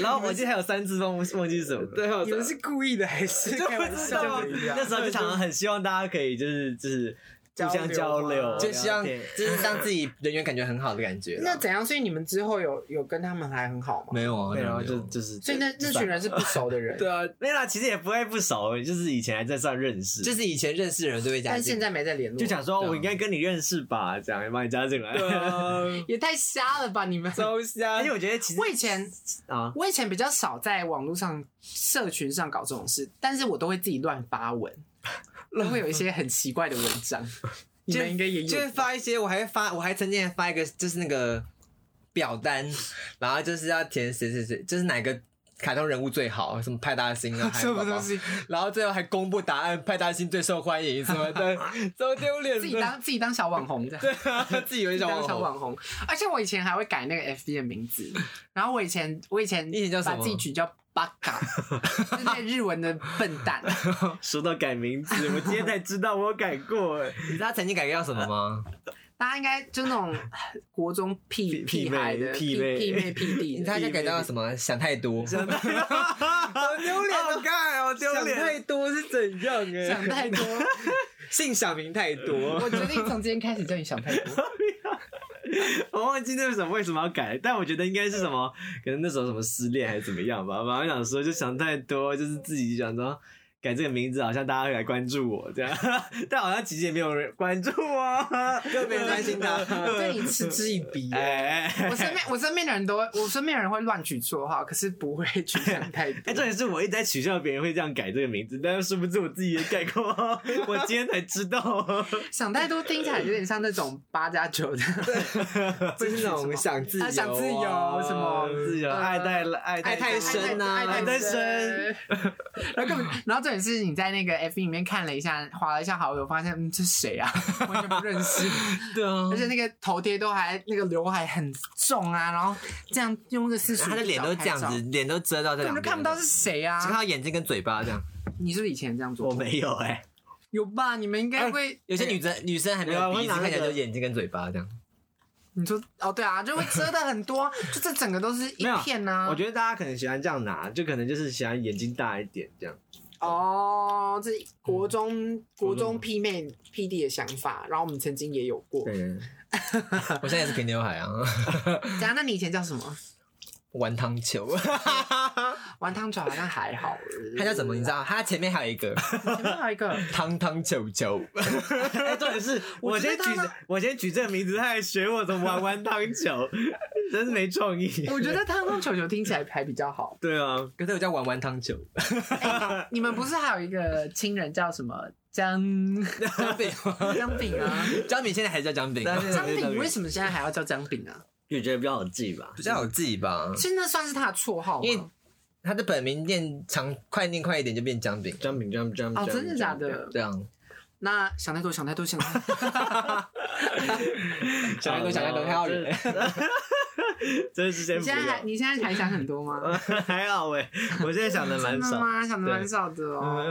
S3: 然后我记得还有三次方，忘记是什么了。
S1: 对，我
S2: 你们是故意的还 <laughs> 是开玩笑的呀？
S3: 那时候就想很希望大家可以就是就是互相交
S2: 交流
S3: 流，
S2: 啊
S1: 就希望
S3: 聊天
S1: 就是让自己人缘感觉很好的感觉啦。
S2: 那怎样？所以你们之后有有跟他们还很好吗？
S1: 没有啊，
S3: 对，然哦后
S1: 没有
S3: 就就是，
S2: 所以那那群人是不熟的 <laughs> 人，
S3: 对啊，没啦，其实也不会不熟，就是以前还在算认识，
S1: 就是以前认识的人都会加进，
S2: 但现在没在联络，
S3: 就想说哦
S1: 对啊
S3: 我应该跟你认识吧，这样把你加进来。
S1: 对啊，
S2: <laughs> 也太瞎了吧你 <laughs> 们！
S1: 周虾
S3: <laughs> 而且我觉得其实
S2: 我以前
S3: 啊，
S2: 我以前比较少在网络上、社群上搞这种事，但是我都会自己乱发 <laughs> 文，都会有一些很奇怪的文 <laughs> 章。你们应该也有
S1: 就
S2: 吧，
S1: 是发一些，我还发，我还曾经还发一个，就是那个表单，然后就是要填谁谁谁，就是哪个卡通人物最好，什么派大星 <laughs> 啊，
S2: 什么东
S1: 海绵
S2: 西？
S1: 宝宝，然后最后还公布答案，派大星最受欢迎什么 <laughs> 的，都丢脸
S2: 自己
S1: 的，
S2: 当自己当小网红这样。
S1: 对啊， <laughs> 自己有一种
S2: 当
S1: 网
S2: 小
S1: 红，
S2: 网红，而且我以前还会改那个 FB 的名字，然后我以前我以前
S1: 以前叫什么
S2: 把自己取叫巴嘎，就是那日文的笨蛋，
S3: 说到改名字，我今天才知道我有改过， <laughs> 哎
S1: 你知道他曾经改个叫什么吗？
S2: 大家应该就那种国中屁屁
S3: 屁
S2: 孩
S3: 妹
S2: 的
S3: 屁
S2: 屁
S3: 妹
S2: 屁妹屁弟
S1: 你
S2: 的，
S1: 他就改叫什么？想太多，想太 <laughs>
S3: 好丢
S1: 哦
S3: 脸，好尬，好丢脸。
S1: 多是怎样？
S2: 想
S1: 哎，
S2: 太多，
S1: 姓想名太多， <laughs>
S2: 我决定从今天开始叫你想太多。
S3: 我忘记那什么为什么要改，但我觉得应该是什么，可能那时候什么失恋还是怎么样吧。反正想说就想太多，就是自己想说改这个名字，好像大家会来关注我这样，但好像其实也没有人关注我，
S1: 就没人关心 <laughs> 他。
S2: 对你嗤之以鼻。
S1: 啊 <laughs>
S3: 哎。哎
S2: 我身边我身边的人都会，我身边的人会乱取绰号，可是不会取想太多
S3: <laughs> 哎，。重点是我一直在取笑别人会这样改这个名字，但是殊不知我自己也改过，我今天才知道。
S2: 想太多听起来有点像那种八加九的，
S1: 就是那种想自由、
S2: 啊 <laughs> 想自由什么
S3: 自由爱太爱
S1: 爱太
S2: 爱
S1: 深啊
S2: 爱太
S3: 爱
S2: <laughs>
S3: 太
S2: 深，然后根本，然后对，点是你在那个 F 里面看了一下，划了一下好友，发现嗯，这谁啊， <laughs> 完全不认识。
S1: 对啊
S2: 而且那个头贴都还那个刘海很重啊，然后这样用个四十，
S1: 他的脸都这样子，，脸都遮到这
S2: 根
S1: 两边，
S2: 本就看不到是谁啊
S1: 只。看到眼睛跟嘴巴这 <laughs> 样。
S2: 你是不是以前这样做？
S1: 我哎没有哎、
S2: 有吧？你们应该会
S1: 有些女生 <laughs> 女生还没
S5: 有啊
S1: 有
S5: 我
S1: 鼻
S5: 会
S1: 子，
S5: 拿那
S1: 看起来
S5: 个
S1: 就眼睛跟嘴巴这 <laughs> 样。
S2: 你说哦，对
S1: <laughs>
S2: 啊，就会遮的很多，就这整个都是一片呐、啊。
S1: 得大家可能喜欢这样拿，就可能就是喜欢眼睛大一点这样。
S2: 哦，这国中、
S1: 嗯
S2: 国中 P 妹 P D 的想法，然后我们曾经也有过。
S1: 对，我现在也是平刘海啊，
S2: 等一下，那你以前叫什么？
S1: 玩汤 <laughs> 球。
S2: 玩汤爪好像还好。
S1: 它叫什么？你知道？它前面还有一个
S2: 前面还有一
S3: <laughs>
S2: 个，
S1: <laughs> 汤汤球球。
S3: 哎，重点是 <laughs> 我先举这我先举这个名字，他还学我怎么玩玩汤球，真是没创意。 <laughs>
S2: 我觉得汤汤球球听起来还比较好。
S3: 对啊，
S1: 可是我叫玩玩汤 <laughs> 球，
S2: 哎你们不是还有一个亲人叫什么姜
S1: 姜 <laughs> 饼，
S2: 姜饼
S3: <laughs>
S2: 啊？
S1: 姜饼现在还叫啊姜饼，
S2: 姜饼为什么现在还要叫姜饼
S3: <laughs>
S2: 啊？
S3: 就觉得比较好记吧
S1: 比。较有记忆吧？
S2: 现在算是他的绰号
S1: 因为
S2: 吗？哦
S1: 他的本名念长，快念快一点就变姜饼，
S3: 姜饼姜饼姜饼
S2: 哦，真的假？的？
S1: 这样。
S2: 那想太多，想太多，想太
S3: <laughs>
S2: 多。哦
S1: 小
S3: 哦
S1: 太多，小太多，还好远。
S3: <laughs> 真是先
S2: 你
S3: 不
S2: 现在还
S3: 要。
S2: 你现在还想很多吗？
S3: 还好哎，我 <laughs> 现在想的蛮
S2: 真的
S3: <laughs> 少。
S2: 吗？想的蛮少的哦。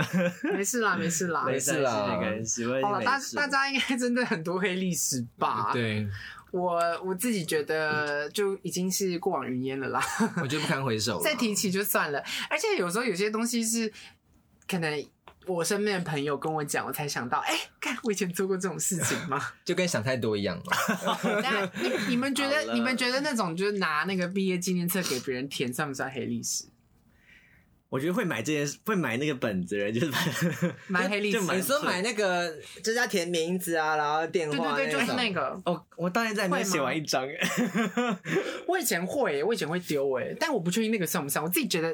S2: 没事
S3: <laughs>
S2: 啦，没事啦。
S1: 没事啦
S3: 没事没事
S2: 好了，大
S3: 事
S2: 大家应该真的很多黑历史吧？，
S1: 对，
S2: 我我自己觉得就已经是过往云烟了啦，
S1: 我觉得不堪回
S2: <laughs>
S1: 首了。啊
S2: 再提起就算了。而且有时候有些东西是可能我身边的朋友跟我讲，我才想到，哎、看我以前做过这种事情吗？
S1: <laughs> 就跟想太多一样
S2: <laughs>
S1: 嘛。
S2: 那你你们觉
S3: 好
S2: 得
S3: 了
S2: 你们觉得那种就是拿那个毕业纪念册给别人填，算不算黑历史？
S3: 我觉得会买这件事，会买那个本子的人，就是 <laughs> 把
S2: 蛮黑历史
S3: 就。买
S1: 你说买那个就是要填名字啊，然后电
S2: 对
S1: 话，
S2: 对对，就是那
S1: 个。
S2: 个。
S3: 哦，我到现在没有写完一张，
S2: 我以前会、我以前会丢哎、但我不确定那个算不算。我自己觉得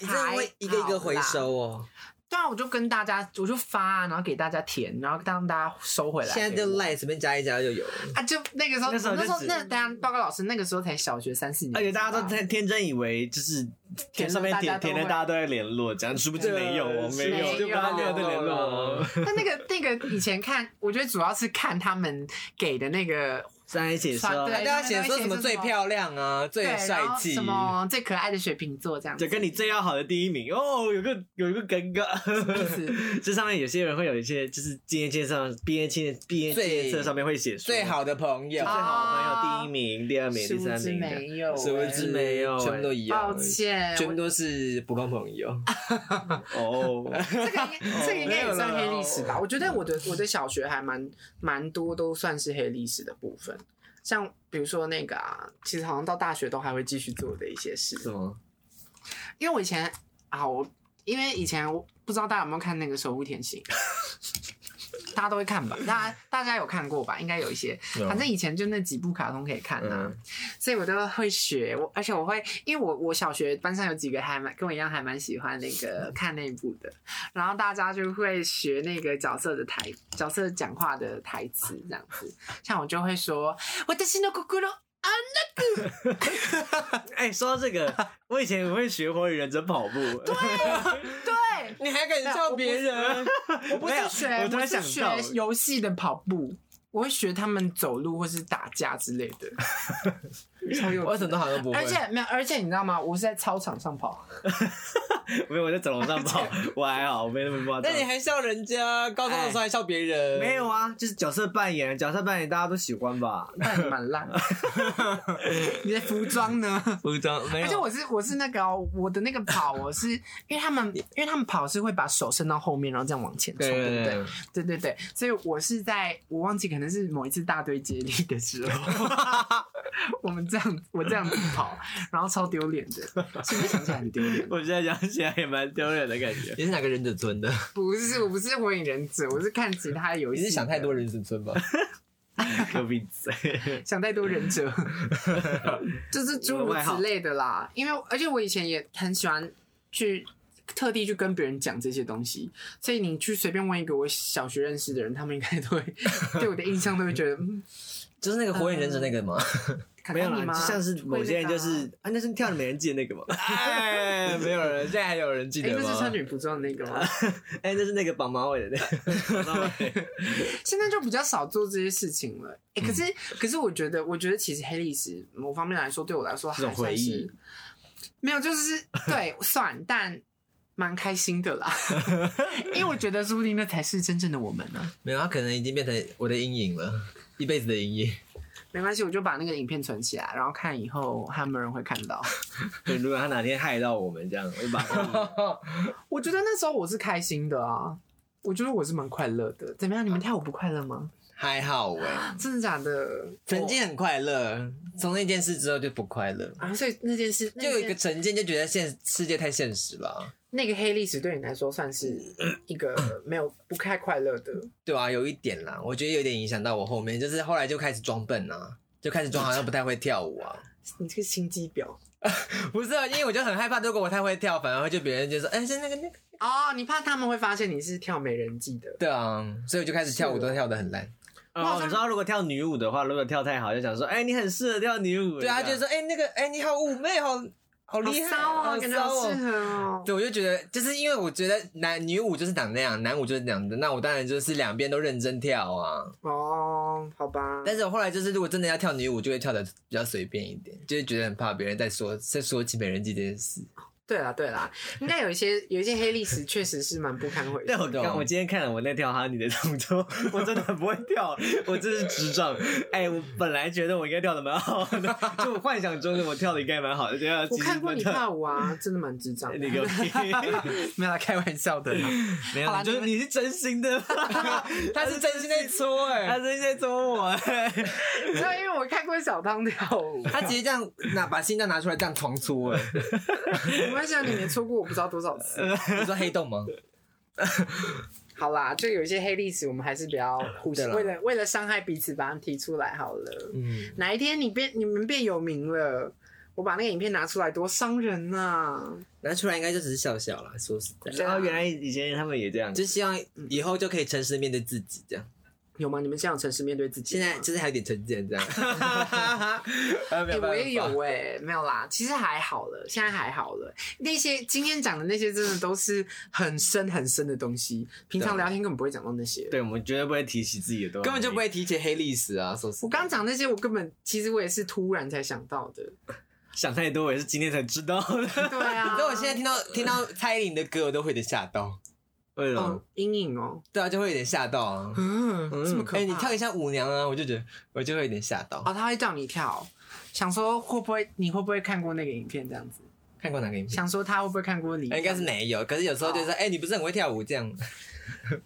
S1: 你真的会一个一个回
S2: 还好啦。
S1: 收哦。
S2: 对啊，我就跟大家，我就发、啊，然后给大家填，然后让大家收回来。
S1: 现在就赖随便加一加就有了。
S2: 啊，就那个时候，
S3: 那时候
S2: 我那时候
S3: 就只
S2: 那等下报告老师，那个时候才小学三四年级吧，
S3: 而且大家都天天真以为就是
S2: 填
S3: 填
S2: 了
S3: 上面
S2: 嗯大家
S3: 填
S2: 都会
S3: 填的，大家都在联络，这样殊不知没有，我没
S2: 没
S3: 有，
S2: 有
S3: 就把它没有在联络哦。
S2: 但那个那个以前看，我觉得主要是看他们给的那个
S3: 在一起
S2: 算
S3: 说
S2: 对，
S1: 大家写说什么最漂亮啊，最
S2: 对，
S1: 帅
S2: 然后
S1: 气
S2: 什，么最可爱的水瓶座这样子，
S3: 就跟你最要好的第一名哦，有个有一个尴
S2: 意
S3: 尬。 <laughs>
S2: 思。
S3: 这上面有些人会有一些，就是纪念册上、毕业纪念、毕业纪念册上面会写说
S1: 最好的朋友
S3: 最，好的
S2: 啊
S3: 朋友第一名、第二名、
S2: 殊
S3: 第
S2: 不
S3: 三
S2: 知
S3: 名
S2: 没
S3: 的。
S2: 有、
S1: 殊不知没有，
S3: 哎
S1: 哦全部都一样
S2: 抱，歉，
S1: 全
S2: 我
S1: 部都是普通朋友。
S3: 哦，
S2: 这个应
S3: <laughs>
S2: 该这个应该也算
S3: 没有
S2: 黑
S3: 了
S2: 历史吧？我觉得我的我的小学还蛮蛮多都算是黑历史的部分，像比如说那个啊，其实好像到大学都还会继续做的一些事，
S1: 什
S2: <laughs>
S1: 么？
S2: 因为我以前啊，我因为以前我不知道大家有没有看那个《守护甜心》。 <laughs> 大家都会看吧，大家大家有看过吧？应该有一些，
S1: 有
S2: 反正以前就那几部卡通可以看啊，所以我都会学。我而且我会，因为我我小学班上有几个还蛮跟我一样还蛮喜欢那个看那部的，然后大家就会学那个角色的台角色讲话的台词这样子。像我就会说，我的心都咕咕噜，
S3: 哎，说到这个，我以前也会学火影忍者跑步，
S2: 对，
S1: 你还敢笑别人？
S2: 我不是学，
S3: <laughs> 没有我突然
S2: 是
S3: 想到
S2: 学游戏的跑步，我会学他们走路或是打架之类的。
S3: <laughs>
S1: <laughs>
S2: 超幼
S1: 我
S2: 稚
S1: 什么都好像不会。
S2: 而且没有，而且你知道吗？我是在操场上跑，
S3: <laughs> 没有我在走廊上跑，我还好，我没那么夸
S1: 那
S3: 张。
S1: 你还笑人家？高中的时候还笑别人？
S3: 没有啊，就是角色扮演，角色扮演大家都喜欢吧？
S2: 那也蛮烂的。
S3: <laughs>
S2: 你的服装呢？
S1: 服装没
S2: 而且我是我是那个哦、我的那个跑，我是因为他们因为他们跑是会把手伸到后面，然后这样往前冲，
S1: 对
S2: 对
S1: 对
S2: 不
S1: 对
S2: 对？，对对对，所以我是在我忘记可能是某一次大队接力的
S1: <laughs>
S2: 时候，我们这样我这样子跑，然后超丢脸的，
S1: <laughs>
S2: 是不是想起来很丢脸？
S3: 我现在想起来也蛮丢脸的感 <laughs> 觉。
S1: 你是哪个忍者村 <laughs> 的？
S2: 不是，我不是火影忍者，我是看其他游
S1: 你
S2: 戏。
S1: 是想太，多忍者村吧？
S3: 隔壁嘴，
S2: 想太多忍
S3: <laughs>
S2: 者，就是诸如此类的啦。因为而且我以前也很喜欢去。特地去跟别人讲这些东西，所以你去随便问一个我小学认识的人，他们应该
S3: <laughs>
S2: 都会对我的印象都会觉得，嗯，
S1: <laughs> 就是那个火影忍者那个嘛，
S2: 卡
S3: 没有
S2: 卡米
S3: 啦，
S2: 吗？
S3: 就像是某些人就是
S2: 会
S3: 啊，那是跳的美人计的那个嘛，
S1: <laughs> 哎，没有人，现在还有人记
S2: 那
S1: 得
S2: 个啊，哎，那是穿
S1: 吗？
S2: 女服装的那个吗？
S3: 哎，那是那个绑马尾的那个，
S2: 现在就比较少做这些事情了。哎、可是、可是我觉得，我觉得其实黑历史某方面来说，对我来说还
S3: 这种
S2: 算
S3: 回忆
S2: 是没有，就是 <laughs> 对算，但蛮开心的 <laughs> 啦。因为我觉得说不定那才是真正的我们呢、
S1: <laughs> 没有，他可能已经变成我的阴影了，一辈子的阴 <laughs> 影。
S2: 没关系，我就把那个影片存起来，然后看以后还有没有人会看到。
S3: 对，如果他哪天害到我们这样，我就把他
S2: 我觉得那时候我是开心的啊，我觉得我是蛮快乐的。怎么样？你们跳舞不快乐吗？
S1: <laughs> 还好哎，
S2: 真的假的？
S1: 曾经很快乐，从那件事之后就不快乐，
S2: 啊，所以那件事，
S1: 就有一
S2: 那
S1: 个
S2: 件
S1: 成见，就觉得现世界太现实了，
S2: 那个黑历史对你来说算是一个没有不太快乐的，
S1: 对啊，有一点啦，我觉得有点影响到我后面，就是后来就开始装笨啊，就开始装好像不太会跳舞啊。 <laughs>
S2: 你这个心机婊
S1: 不是啊，因为我就很害怕，如果我太会跳，反而会就别人就说，哎、是那个那个，
S2: 哦！你怕他们会发现你是跳美人计的，
S1: 对啊，所以我就开始跳舞
S2: 是啊
S1: 都跳的很烂。
S3: 哦，你知道如果跳女舞的话，如果跳太好，就想说，哎，你很适合跳女舞。
S1: 对啊，
S3: 这
S1: 就
S3: 样
S1: 是说，哎、那个，哎、你好妩媚，好好厉害，
S2: 骚
S1: 好
S2: 哦，感觉
S1: 骚
S2: 好适
S1: 哦。
S2: 合 <laughs> 哦。
S1: 对，我就觉得，就是因为我觉得男女舞就是长那样，男舞就是那样的，那我当然就是两边都认真跳
S2: 嗯
S1: 啊。
S2: 哦，好吧，
S1: 但是我后来就是，如果真的要跳女舞，就会跳的比较随便一点，就会觉得很怕别人在说在说起美人计这件事。
S2: 对啦对 <laughs> 啦，应该有一些有一些黑历史确实是蛮不堪回
S3: 对，
S2: 首。
S3: 我刚我今天看了我那跳哈尼的动作，我真的很不会跳，我真是智障。哎、我本来觉得我应该跳的蛮好的，就我幻想中的我跳的应该蛮好的，结果
S2: 我看过你
S3: <laughs>
S2: 跳
S3: 舞，
S2: 舞啊，真的蛮智
S3: <laughs>
S2: 障的。
S3: 你个屁！
S2: 没有啦，开玩笑的啦。
S3: 没
S2: 好
S3: 有，
S2: 啦
S3: 你就是你是真心的，
S1: 他是真心在戳哎、
S3: 他真心在捉我、哎
S2: 对，啊因为我看过小汤跳舞，
S1: 他直接这样拿把心脏拿出来这样狂戳哎、
S2: 没关系啊，你没错过我不知道多少次。
S1: 你说黑洞吗？
S2: 好啦，就有一些黑历史，我们还是不要互
S1: 对
S2: 相
S1: 啦
S2: 为了为了伤害彼此，把它提出来好了。
S1: 嗯，
S2: 哪一天你变你们变有名了，我把那个影片拿出来，多伤人呐、
S1: 拿出来应该就只是笑笑啦，说实在，
S3: <laughs>
S2: 对
S3: <laughs> 然
S2: 啊
S3: 后原来以前他们也这样，
S1: 就希望以后就可以诚实的面对自己这样。
S2: 有吗？你们现在有诚实面对自己
S1: 现
S2: 吗？
S1: 在就是还有点成见 <laughs> 这样。
S2: 哎、我也有
S1: 啊办法
S2: 哎、没有啦，其实还好了，现在还好了。那些今天讲的那些，真的都是很深很深的东西，平常
S1: 对
S2: 聊天根本不会讲到那些。
S3: 对我们绝对不会提起自己的东西，
S1: 根本就不。会提起黑历史啊！说实在
S2: 我刚讲那些，我根本其实我也是突然才想到的。
S3: 想太多，我也是今天才知道
S1: <laughs>
S3: 的。
S2: 对啊，
S1: 你知道我现在听到听到蔡依林的歌，我都会有点吓到。
S3: 为
S1: 嗯
S3: 什
S2: 哦
S3: 么？
S2: 阴影哦，
S1: 对啊，就会有点吓到啊。
S2: 嗯，这么可怕。
S1: 哎、你跳一下舞娘啊，我就觉得我就会有点吓到。
S2: 哦，他会叫你跳，想说会不会你会不会看过那个影片这样子？
S1: 看过哪个影片？
S2: 想哦说他会不会看过你？
S1: 哎应该是没有，可是有时候就是，哎、你不是很会跳舞这样，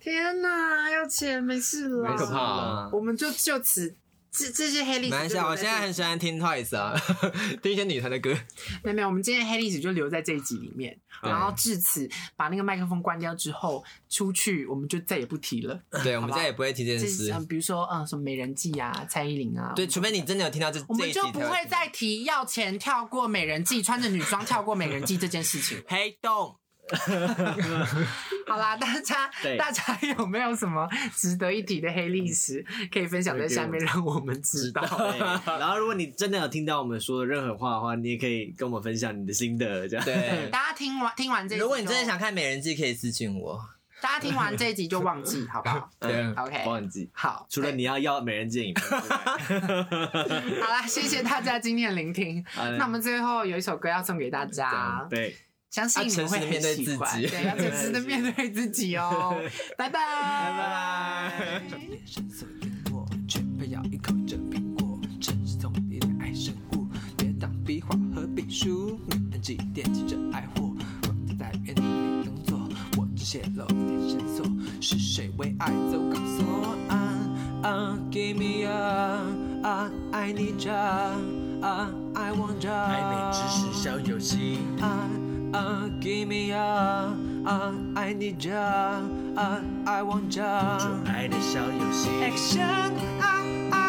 S2: 天哪，要钱没事了，
S1: 很可怕啊
S2: 我们就就此这这些黑历
S1: 没关
S2: 史就留在这
S1: 系
S2: 里，
S1: 啊。我现在很喜欢听 Twice 啊， <laughs> 听一些女团的歌。
S2: <laughs> 没有没有，我们今天的黑历史就留在这一集里面，然后至此把那个麦克风关掉之后出去，我们就再也不提了。
S1: 对，我们
S2: 好吧
S1: 现在也不会提这
S2: 这
S1: 件
S2: 是
S1: 事。
S2: 嗯，比如说嗯，什么美人计啊、蔡依林啊，
S1: 对，除非你真的有听到这，
S2: 我
S1: 这
S2: 们
S1: 一集
S2: 就不
S1: 才
S2: 会再提要钱跳过美人计，穿着女装跳过美人计这件事
S1: <laughs>
S2: 情。
S1: 黑洞。
S2: 好啦，大家
S3: 对
S2: 大家有没有什么值得一提的黑历史可以分享在下面，让我们知道？
S3: 对然后，如果你真的有听到我们说的任何话的话，你也可以跟我们分享你的心得，这样。
S1: 对，
S2: <laughs> 大家听完听完这一集
S1: 嗯
S2: 就，
S1: 如果你真的想看美人计，可以私信我。
S2: 大家听完这一集就忘记，好不
S1: <laughs>
S2: 好
S1: 对
S2: ？OK，
S3: 忘记。
S2: 好，
S3: 除了你要要美人计影片之 <laughs> 外，
S2: <laughs> 好啦，谢谢大家今天的聆听。
S3: 好
S1: 嗯
S3: 嘞
S2: 那我们最后有一首歌要送给大家，
S3: 对，
S2: 相信你们会很喜欢，
S1: <laughs> 要诚实地面对自己
S2: 对，要诚实的面对自己哦。拜拜，拜拜。
S6: 伸缩淹没，却非要一口这苹果。诚实从你恋爱生物，别当比划和比输。你们几惦记着爱货，我在原地没动作，我只泄露一点线索，是谁为爱走钢索？啊啊，Give me a 啊，爱你着啊，I want 着。
S7: 暧昧只是小游戏，
S6: 啊啊，Give me a 啊，爱你着啊，I want
S7: 做
S6: 着。
S7: 爱的小游戏。
S3: 哎
S6: Action 啊啊啊啊啊